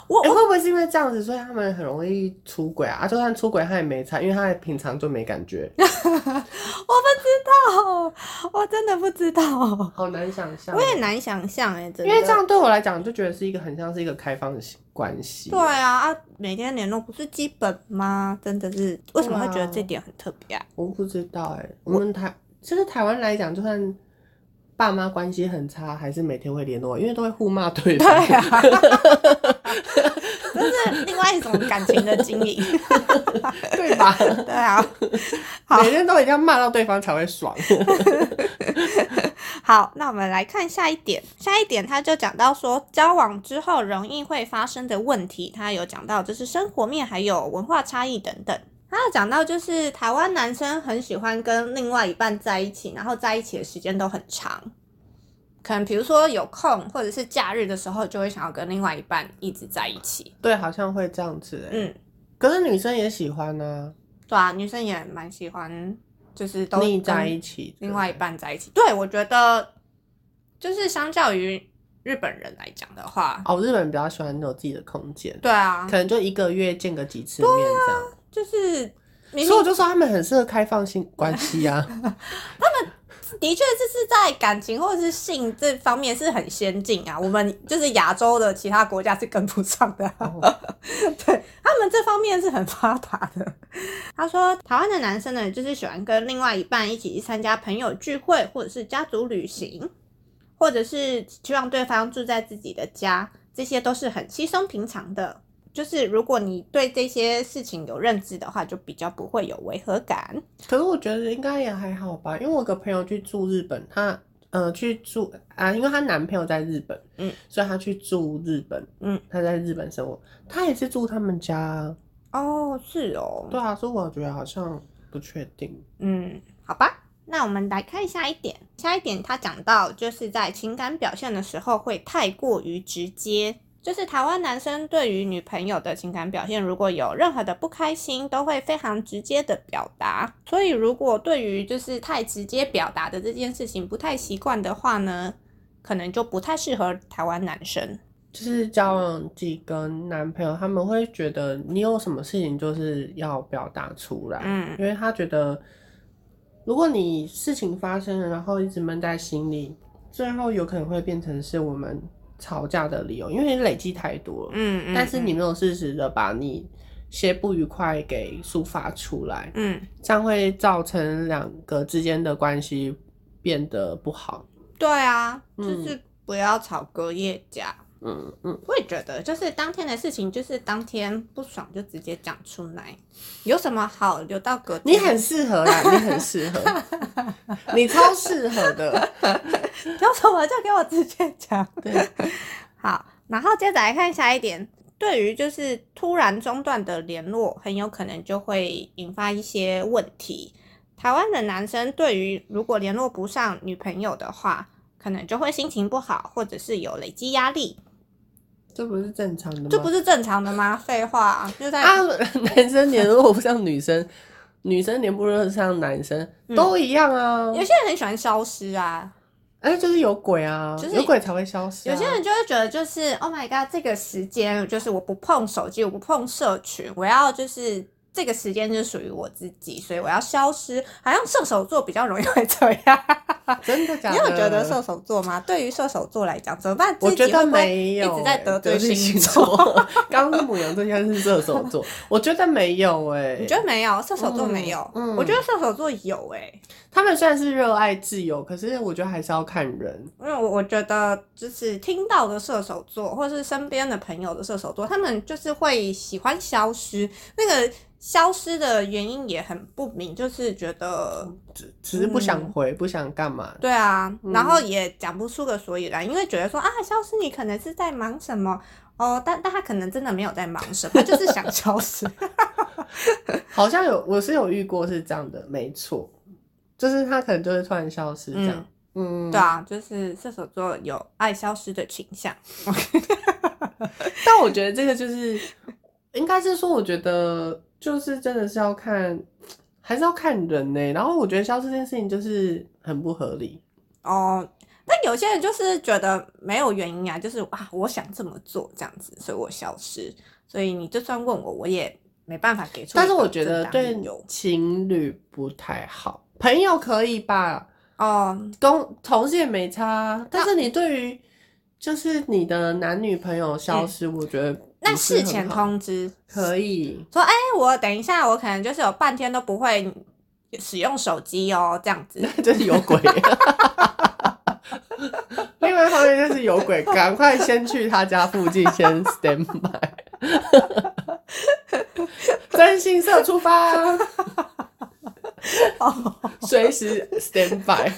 Speaker 1: 我
Speaker 2: 哎、
Speaker 1: 我
Speaker 2: 会不会是因为这样子，所以他们很容易出轨啊？啊就算出轨，他也没差，因为他平常就没感 觉，
Speaker 1: 我不知道，我真的不知道，
Speaker 2: 好难想象哦
Speaker 1: 我。也难想象哎、真的
Speaker 2: 因为这样对我来讲，就觉得是一个很像是一个开放型关系。
Speaker 1: 对啊啊，每天联络不是基本吗？真的是为什么会觉得这点很特别啊？
Speaker 2: 我不知道哎、我们台就是台湾来讲，就算爸妈关系很差，还是每天会联络，因为都会互骂对方。
Speaker 1: 对啊，这是另外一种感情的经营。
Speaker 2: 对吧？
Speaker 1: 对啊，好
Speaker 2: 每天都一定要骂到对方才会爽。
Speaker 1: 好，那我们来看下一点。下一点，他就讲到说，交往之后容易会发生的问题，他有讲到就是生活面还有文化差异等等。他有讲到就是台湾男生很喜欢跟另外一半在一起，然后在一起的时间都很长。可能比如说有空或者是假日的时候，就会想要跟另外一半一直在一起。
Speaker 2: 对，好像会这样子哎、
Speaker 1: 嗯，
Speaker 2: 可是女生也喜欢呢、
Speaker 1: 对啊，女生也蛮喜欢，就是
Speaker 2: 啊，
Speaker 1: 都
Speaker 2: 腻在
Speaker 1: 跟
Speaker 2: 一起的。
Speaker 1: 另外一半在一起。对，我觉得就是相较于日本人来讲的话，
Speaker 2: 哦，日本人比较喜欢有自己的空间，
Speaker 1: 对啊
Speaker 2: 可，能就一个月见个几次面这样。
Speaker 1: 就是明
Speaker 2: 所以
Speaker 1: 明
Speaker 2: 我就说他们很适合开放性关系 啊。
Speaker 1: 的确这是在感情或者是性这方面是很先进啊，我们就是亚洲的其他国家是跟不上的、
Speaker 2: 哦
Speaker 1: 对他们这方面是很发达的。他说，台湾的男生呢，就是喜欢跟另外一半一起去参加朋友聚会，或者是家族旅行，或者是希望对方住在自己的家，这些都是很稀松平常的。就是如果你对这些事情有认知的话，就比较不会有违和感。
Speaker 2: 可是我觉得应该也还好吧，因为我有个朋友去住日本，她呃去住啊，因为她男朋友在日本，
Speaker 1: 嗯，
Speaker 2: 所以她去住日本，
Speaker 1: 嗯，
Speaker 2: 她在日本生活，她也是住他们家、啊，
Speaker 1: 哦，是哦，
Speaker 2: 对啊，所以我觉得好像不确定。
Speaker 1: 嗯，好吧。那我们来看下一点，下一点他讲到就是在情感表现的时候会太过于直接，就是台湾男生对于女朋友的情感表现，如果有任何的不开心，都会非常直接的表达。所以如果对于就是太直接表达的这件事情不太习惯的话呢，可能就不太适合台湾男生。嗯
Speaker 2: 就是交往几个男朋友，他们会觉得你有什么事情就是要表达出来，
Speaker 1: 嗯
Speaker 2: 因为他觉得，如果你事情发生了，然后一直闷在心里，最后有可能会变成是我们吵架的理由，因为你累积太多了。
Speaker 1: 嗯嗯
Speaker 2: 但是你没有适时的把你些不愉快给抒发出来，
Speaker 1: 嗯。
Speaker 2: 这样会造成两个之间的关系变得不好。
Speaker 1: 对啊，就
Speaker 2: 嗯
Speaker 1: 是不要吵隔夜架。
Speaker 2: 嗯嗯，
Speaker 1: 我也觉得，就是当天的事情，就是当天不爽就直接讲出来，有什么好留到隔天？
Speaker 2: 你很适合啦，你很适合， 你超适合的。
Speaker 1: 有什么就给我直接讲。
Speaker 2: 对，
Speaker 1: 好，然后接着来看下一点，对于就是突然中断的联络，很有可能就会引发一些问题。台湾的男生对于如果联络不上女朋友的话，可能就会心情不好，或者是有累积压力，
Speaker 2: 这不是正常的吗？
Speaker 1: 这不是正常的吗？废话，就在
Speaker 2: 啊，男生联络不上女生， 女生联不上男生，都一样啊。
Speaker 1: 嗯有些人很喜欢消失啊，
Speaker 2: 哎，就是有鬼啊，
Speaker 1: 就是
Speaker 2: 有鬼才会消失啊、
Speaker 1: 有些人就会觉得就是 Oh my god，这个时间就是我不碰手机，我不碰社群，我要就是这个时间就是属于我自己，所以我要消失。好像射手座比较容易会这样，
Speaker 2: 真的假
Speaker 1: 你
Speaker 2: 的？
Speaker 1: 有觉得射手座吗？对于射手座来讲，怎么办？
Speaker 2: 我
Speaker 1: 自己
Speaker 2: 觉得
Speaker 1: 会不会
Speaker 2: 没有、欸
Speaker 1: 一直在得罪
Speaker 2: 星
Speaker 1: 星座。。
Speaker 2: 刚刚是母羊座，现在是射手座，我觉得没有哎、
Speaker 1: 你觉得没有？射手座没有？
Speaker 2: 嗯嗯
Speaker 1: 我觉得射手座有哎、
Speaker 2: 他们虽然是热爱自由，可是我觉得还是要看人。
Speaker 1: 因为我我觉得就是听到的射手座，或是身边的朋友的射手座，他们就是会喜欢消失。那个消失的原因也很不明，就是觉得
Speaker 2: 只只是不
Speaker 1: 嗯
Speaker 2: 想回，不想干嘛。
Speaker 1: 对啊，
Speaker 2: 嗯
Speaker 1: 然后也讲不出个所以然，因为觉得说啊，消失你可能是在忙什么。哦，但但他可能真的没有在忙什么，他就是想消失。
Speaker 2: 好像有，我是有遇过是这样的，没错，就是他可能就会突然消失这样。嗯，
Speaker 1: 对。啊，就是射手座有爱消失的倾向。
Speaker 2: 但我觉得这个就是，应该是说，我觉得就是真的是要看，还是要看人呢、然后我觉得消失这件事情就是很不合理。
Speaker 1: 哦，但有些人就是觉得没有原因啊，就是啊，我想这么做这样子，所以我消失，所以你就算问我，我也没办法给出一个正
Speaker 2: 但是
Speaker 1: 当理由。
Speaker 2: 我觉得对情侣不太好，朋友可以吧，
Speaker 1: 哦，
Speaker 2: 跟同事也没差。但是你对于就是你的男女朋友消失，我觉得
Speaker 1: 嗯那
Speaker 2: 不是
Speaker 1: 事
Speaker 2: 很
Speaker 1: 前
Speaker 2: 好
Speaker 1: 通知，
Speaker 2: 可以，
Speaker 1: 说，哎、我等一下，我可能就是有半天都不会使用手机哦，这 样子。
Speaker 2: 就是有鬼。另外一方面就是有鬼，赶快先去他家附近先 stand by。真心社出发，随时 stand by。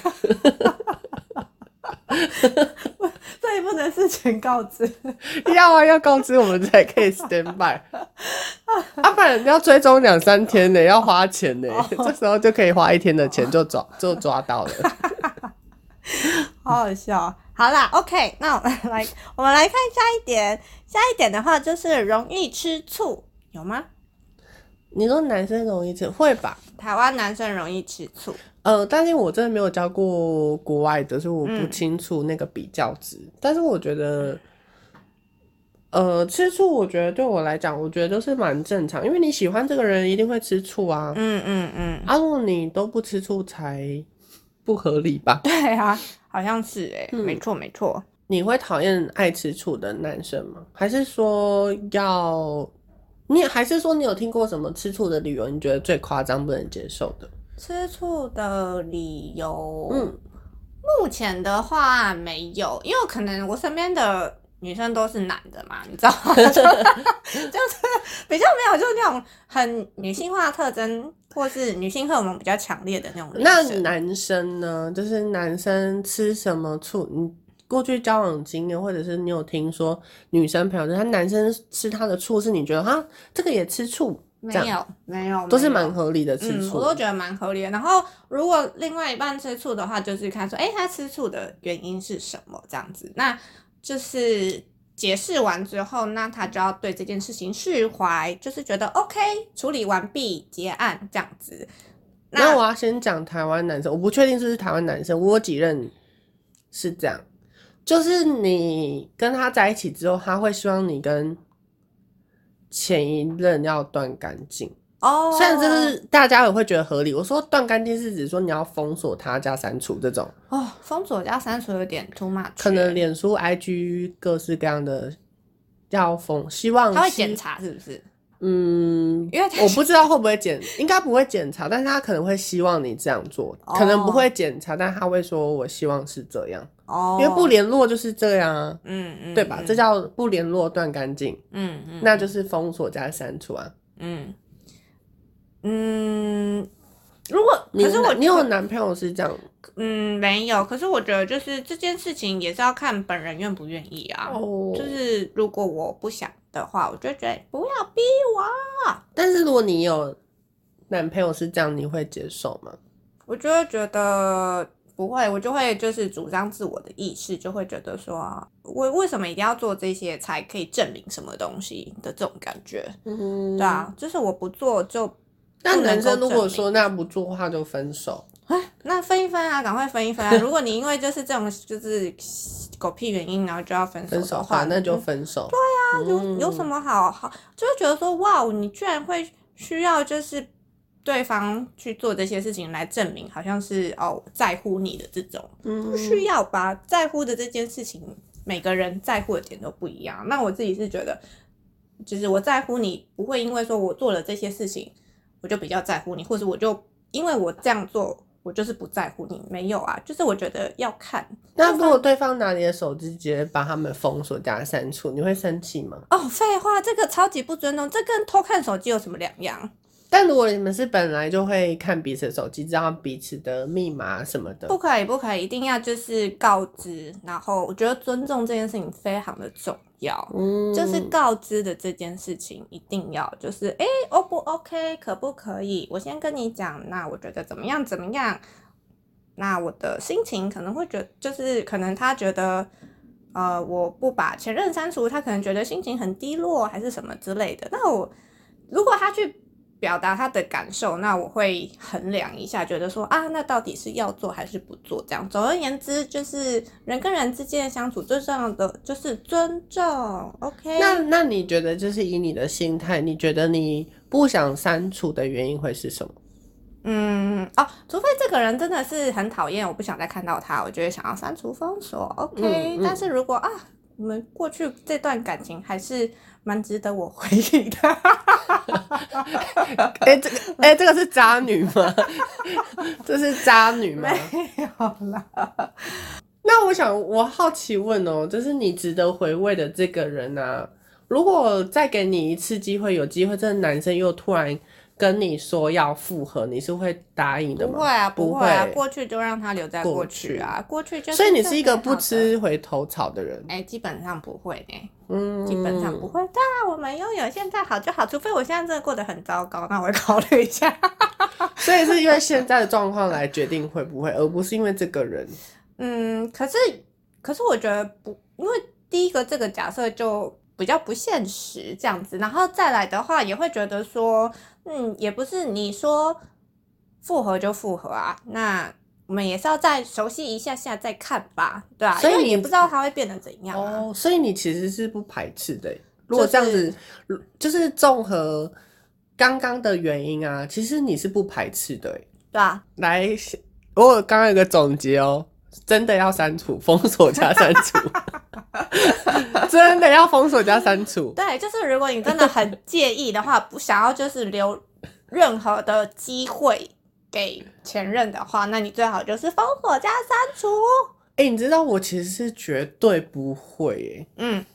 Speaker 1: 所以不能事前告知。
Speaker 2: 要啊，要告知我们才可以 stand by。啊，不然要追踪两三天呢，要花钱呢。这时候就可以花一天的钱就抓就抓到了。
Speaker 1: 好好笑哦。好啦，OK，那我们来，我们来看下一点。下一点的话就是容易吃醋，有吗？
Speaker 2: 你说男生容易吃会吧？
Speaker 1: 台湾男生容易吃醋。
Speaker 2: 呃，但是我真的没有教过国外的，所以我不
Speaker 1: 嗯
Speaker 2: 清楚那个比较值。但是我觉得，呃，吃醋，我觉得对我来讲，我觉得都是蛮正常，因为你喜欢这个人，一定会吃醋啊。
Speaker 1: 嗯嗯 嗯，
Speaker 2: 啊，如果你都不吃醋，才不合理吧？
Speaker 1: 对啊，好像是哎、
Speaker 2: 嗯
Speaker 1: 没错没错。
Speaker 2: 你会讨厌爱吃醋的男生吗？还是说要你？还是说你有听过什么吃醋的理由？你觉得最夸张、不能接受的？
Speaker 1: 吃醋的理由，
Speaker 2: 嗯，
Speaker 1: 目前的话没有，因为可能我身边的女生都是男的嘛，你知道 吗？ 就就是比较没有就是那种很女性化的特征，或是女性荷尔蒙比较强烈的那种女
Speaker 2: 那
Speaker 1: 生。
Speaker 2: 男生呢？就是男生吃什么醋？你过去交往经验，或者是你有听说女生朋友，他男生吃他的醋，是你觉得哈这个也吃醋
Speaker 1: 没
Speaker 2: 这
Speaker 1: 有没有，
Speaker 2: 都是
Speaker 1: 没哦有
Speaker 2: 蛮合理的吃
Speaker 1: 嗯，
Speaker 2: 醋。
Speaker 1: 我都觉得蛮合理的。然后如果另外一半吃醋的话，就是看说，哎、他吃醋的原因是什么这样子。那就是解释完之后，那他就要对这件事情释怀，就是觉得 OK，处理完毕，结案这样子。
Speaker 2: 那我要先讲台湾男生，我不确定是不是台湾男生，我有几任是这样，就是你跟他在一起之后，他会希望你跟前一任要断干净，
Speaker 1: 哦，
Speaker 2: 虽然这是大家也会觉得合理。我说断干净是指说你要封锁他加删除这种，
Speaker 1: 哦，封锁加删除有点 too much，欸
Speaker 2: 可能脸书、IG 各式各样的要封，希望
Speaker 1: 他会
Speaker 2: 希
Speaker 1: 检查是不是？
Speaker 2: 嗯，
Speaker 1: 因为他
Speaker 2: 我不知道会不会检，应该不会检查，但是他可能会希望你这样做，
Speaker 1: 哦
Speaker 2: 可能不会检查，但他会说我希望是这样，
Speaker 1: 哦，
Speaker 2: 因为不联络就是这样啊，
Speaker 1: 嗯嗯，
Speaker 2: 对吧？
Speaker 1: 嗯
Speaker 2: 这叫不联络断干净，
Speaker 1: 嗯嗯，
Speaker 2: 那就是封锁加删除啊。
Speaker 1: 嗯嗯，如果
Speaker 2: 你
Speaker 1: 可是我
Speaker 2: 你有男朋友是这样
Speaker 1: 嗯，没有。可是我觉得，就是这件事情也是要看本人愿不愿意啊。
Speaker 2: 哦
Speaker 1: 就是如果我不想的话，我就觉得不要逼我啊。
Speaker 2: 但是如果你有男朋友是这样，你会接受吗？
Speaker 1: 我就会觉得不会，我就会就是主张自我的意识，就会觉得说，我为什么一定要做这些才可以证明什么东西的这种感觉？
Speaker 2: 嗯，
Speaker 1: 对。啊，就是我不做就。
Speaker 2: 那
Speaker 1: 不能
Speaker 2: 男生
Speaker 1: 够
Speaker 2: 如果
Speaker 1: 证
Speaker 2: 说
Speaker 1: 明
Speaker 2: 那不做的话就分手，
Speaker 1: 那分一分啊，赶快分一分啊！如果你因为就是这种就是狗屁原因，然后就要分手
Speaker 2: 分
Speaker 1: 的
Speaker 2: 手的
Speaker 1: 话嗯
Speaker 2: 话，那就分手。对啊
Speaker 1: 有有什？么好好，就会觉得说，哇，你居然会需要就是对方去做这些事情来证明，好像是哦我在乎你的这种，
Speaker 2: 嗯
Speaker 1: 不需要吧？在乎的这件事情，每个人在乎的点都不一样。那我自己是觉得，就是我在乎你，不会因为说我做了这些事情，我就比较在乎你，或者我就因为我这样做。我就是不在乎你，没有啊，就是我觉得要看
Speaker 2: 那如果对方拿你的手机直接把他们封锁加删除，你会生气吗？
Speaker 1: 哦。废话，这个超级不尊重，这跟偷看手机有什么两样？
Speaker 2: 但如果你们是本来就会看彼此的手机，知道彼此的密码什么的
Speaker 1: 不，可以，不可以，一定要就是告知。然后我觉得尊重这件事情非常的重要，
Speaker 2: 嗯
Speaker 1: 就是告知的这件事情一定要就是，诶 o 不 OK，可不可以？我先跟你讲，那我觉得怎么样怎么样？那我的心情可能会觉就是可能他觉得，呃，我不把前任删除，他可能觉得心情很低落还是什么之类的。那我如果他去表达他的感受，那我会衡量一下，觉得说啊，那到底是要做还是不做？这样，总而言之，就是人跟人之间的相处最重要的就是尊重。OK，
Speaker 2: 那那你觉得就是以你的心态，你觉得你不想删除的原因会是什么？
Speaker 1: 嗯哦，除非这个人真的是很讨厌，我不想再看到他，我就会想要删除封锁。OK，、
Speaker 2: 嗯嗯
Speaker 1: 但是如果啊，你们过去这段感情还是蛮值得我回忆 的。
Speaker 2: 哎、这个哎、这个是渣女吗？ 这是渣女吗？
Speaker 1: 有啦，
Speaker 2: 那我想，我好奇问哦，就是你值得回味的这个人啊，如果再给你一次机会，有机会，这个男生又突然跟你说要复合，你是会答应的
Speaker 1: 不
Speaker 2: 吗？
Speaker 1: 会啊，
Speaker 2: 不
Speaker 1: 会啊
Speaker 2: 会，
Speaker 1: 过去就让他留在
Speaker 2: 过
Speaker 1: 过去啊，过去就是。
Speaker 2: 所以你是一个不。吃回头草的人，
Speaker 1: 哎、基本上不会呢、
Speaker 2: 嗯，
Speaker 1: 基本上不会。当然，我们拥有现在好就好，除非我现在真的过得很糟糕，那我会考虑一下。
Speaker 2: 所以是因为现在的状况来决定会不会，而不是因为这个人。
Speaker 1: 嗯，可是可是我觉得不，因为第一个这个假设就比较不现实这样子，然后再来的话也会觉得说，嗯，也不是你说复合就复合啊，那我们也是要再熟悉一下下再看吧，对啊，
Speaker 2: 所以
Speaker 1: 因为
Speaker 2: 你
Speaker 1: 也不知道它会变得怎样啊。
Speaker 2: 哦，所以你其实是不排斥的欸。如果
Speaker 1: 就是
Speaker 2: 这样子，如就是综合刚刚的原因啊，其实你是不排斥的欸。
Speaker 1: 对啊，
Speaker 2: 来，我有刚刚有个总结哦，真的要删除、封锁加删除， 真的要封锁加删除。
Speaker 1: 对，就是如果你真的 很介意的话，不想要就是留任何的机会给前任的话，那你最好就是封锁加删除。
Speaker 2: 哎、你知道我其实是绝对不会、欸，
Speaker 1: 嗯，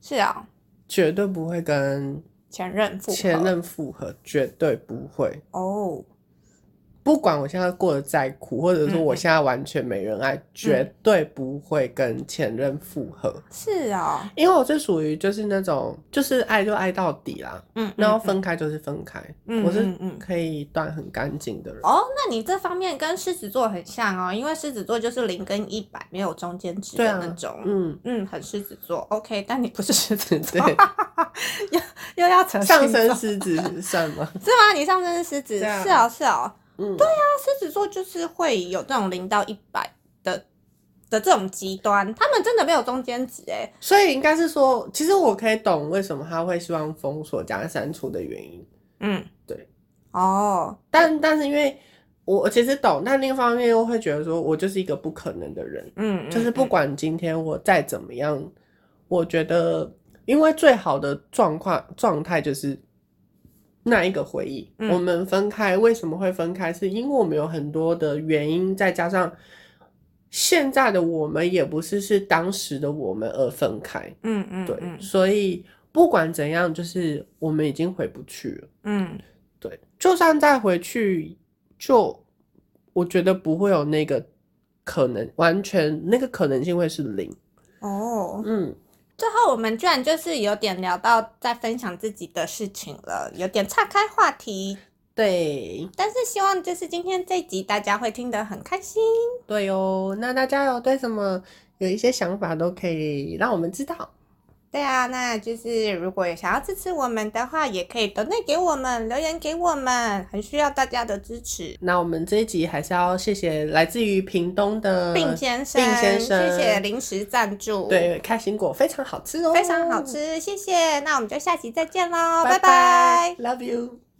Speaker 1: 是啊，
Speaker 2: 绝对不会跟
Speaker 1: 前任复合
Speaker 2: 前任复合，绝对不会。
Speaker 1: 哦，
Speaker 2: 不管我现在过得再苦，或者
Speaker 1: 嗯
Speaker 2: 说我现在完全没人爱，绝对不会跟前任复合，
Speaker 1: 是哦，
Speaker 2: 因为我是属于就是那种就是爱就爱到底啦，
Speaker 1: 嗯，
Speaker 2: 然后
Speaker 1: 嗯
Speaker 2: 分开就是分开，
Speaker 1: 嗯
Speaker 2: 我是
Speaker 1: 嗯嗯
Speaker 2: 可以断很干净的人。
Speaker 1: 哦，那你这方面跟狮子座很像哦，因为狮子座就是零跟一百没有中间值
Speaker 2: 对
Speaker 1: 的
Speaker 2: 啊
Speaker 1: 那种。
Speaker 2: 嗯，
Speaker 1: 嗯，很狮子座，OK，但你不是狮子座，
Speaker 2: 对，
Speaker 1: 又要扯
Speaker 2: 上
Speaker 1: 星座
Speaker 2: 升狮子算吗？
Speaker 1: 是吗？你上升是狮子，
Speaker 2: 对啊
Speaker 1: 是哦是哦。
Speaker 2: 嗯，
Speaker 1: 那狮子座就是会有这种零到一百的的这种极端，他们真的没有中间值哎。
Speaker 2: 所以应该是说，其实我可以懂为什么他会希望封锁加删除的原因，
Speaker 1: 嗯，
Speaker 2: 对。
Speaker 1: 哦，
Speaker 2: 但但是因为我其实懂，但另一方面又会觉得说我就是一个不可能的人，
Speaker 1: 嗯，嗯
Speaker 2: 就是不管今天我再怎么样，我觉得因为最好的状况状态就是。那一个回忆，
Speaker 1: 嗯
Speaker 2: 我们分开为什么会分开？是因为我们有很多的原因，再加上现在的我们也不是是当时的我们而分开。
Speaker 1: 嗯嗯，
Speaker 2: 对，
Speaker 1: 嗯
Speaker 2: 所以不管怎样，就是我们已经回不去了。
Speaker 1: 嗯
Speaker 2: 对，就算再回去，就我觉得不会有那个可能，完全那个可能性会是零。
Speaker 1: 哦，
Speaker 2: 嗯，
Speaker 1: 最后我们居然就是有点聊到在分享自己的事情了，有点岔开话题，
Speaker 2: 对，
Speaker 1: 但是希望就是今天这集大家会听得很开心。
Speaker 2: 对哦。那大家有对什么有一些想法，都可以让我们知道。
Speaker 1: 对啊，那就是如果有想要支持我们的话，也可以 donate 给我们，留言给我们，很需要大家的支持。
Speaker 2: 那我们这一集还是要谢谢来自于屏东的
Speaker 1: 并先生，
Speaker 2: 呃并先生，
Speaker 1: 谢谢临时赞助，，
Speaker 2: 对，开心果非常好吃哦，哦
Speaker 1: 非常好，吃，谢谢。那我们就下期再见喽，
Speaker 2: 拜
Speaker 1: 拜拜
Speaker 2: ，Love you。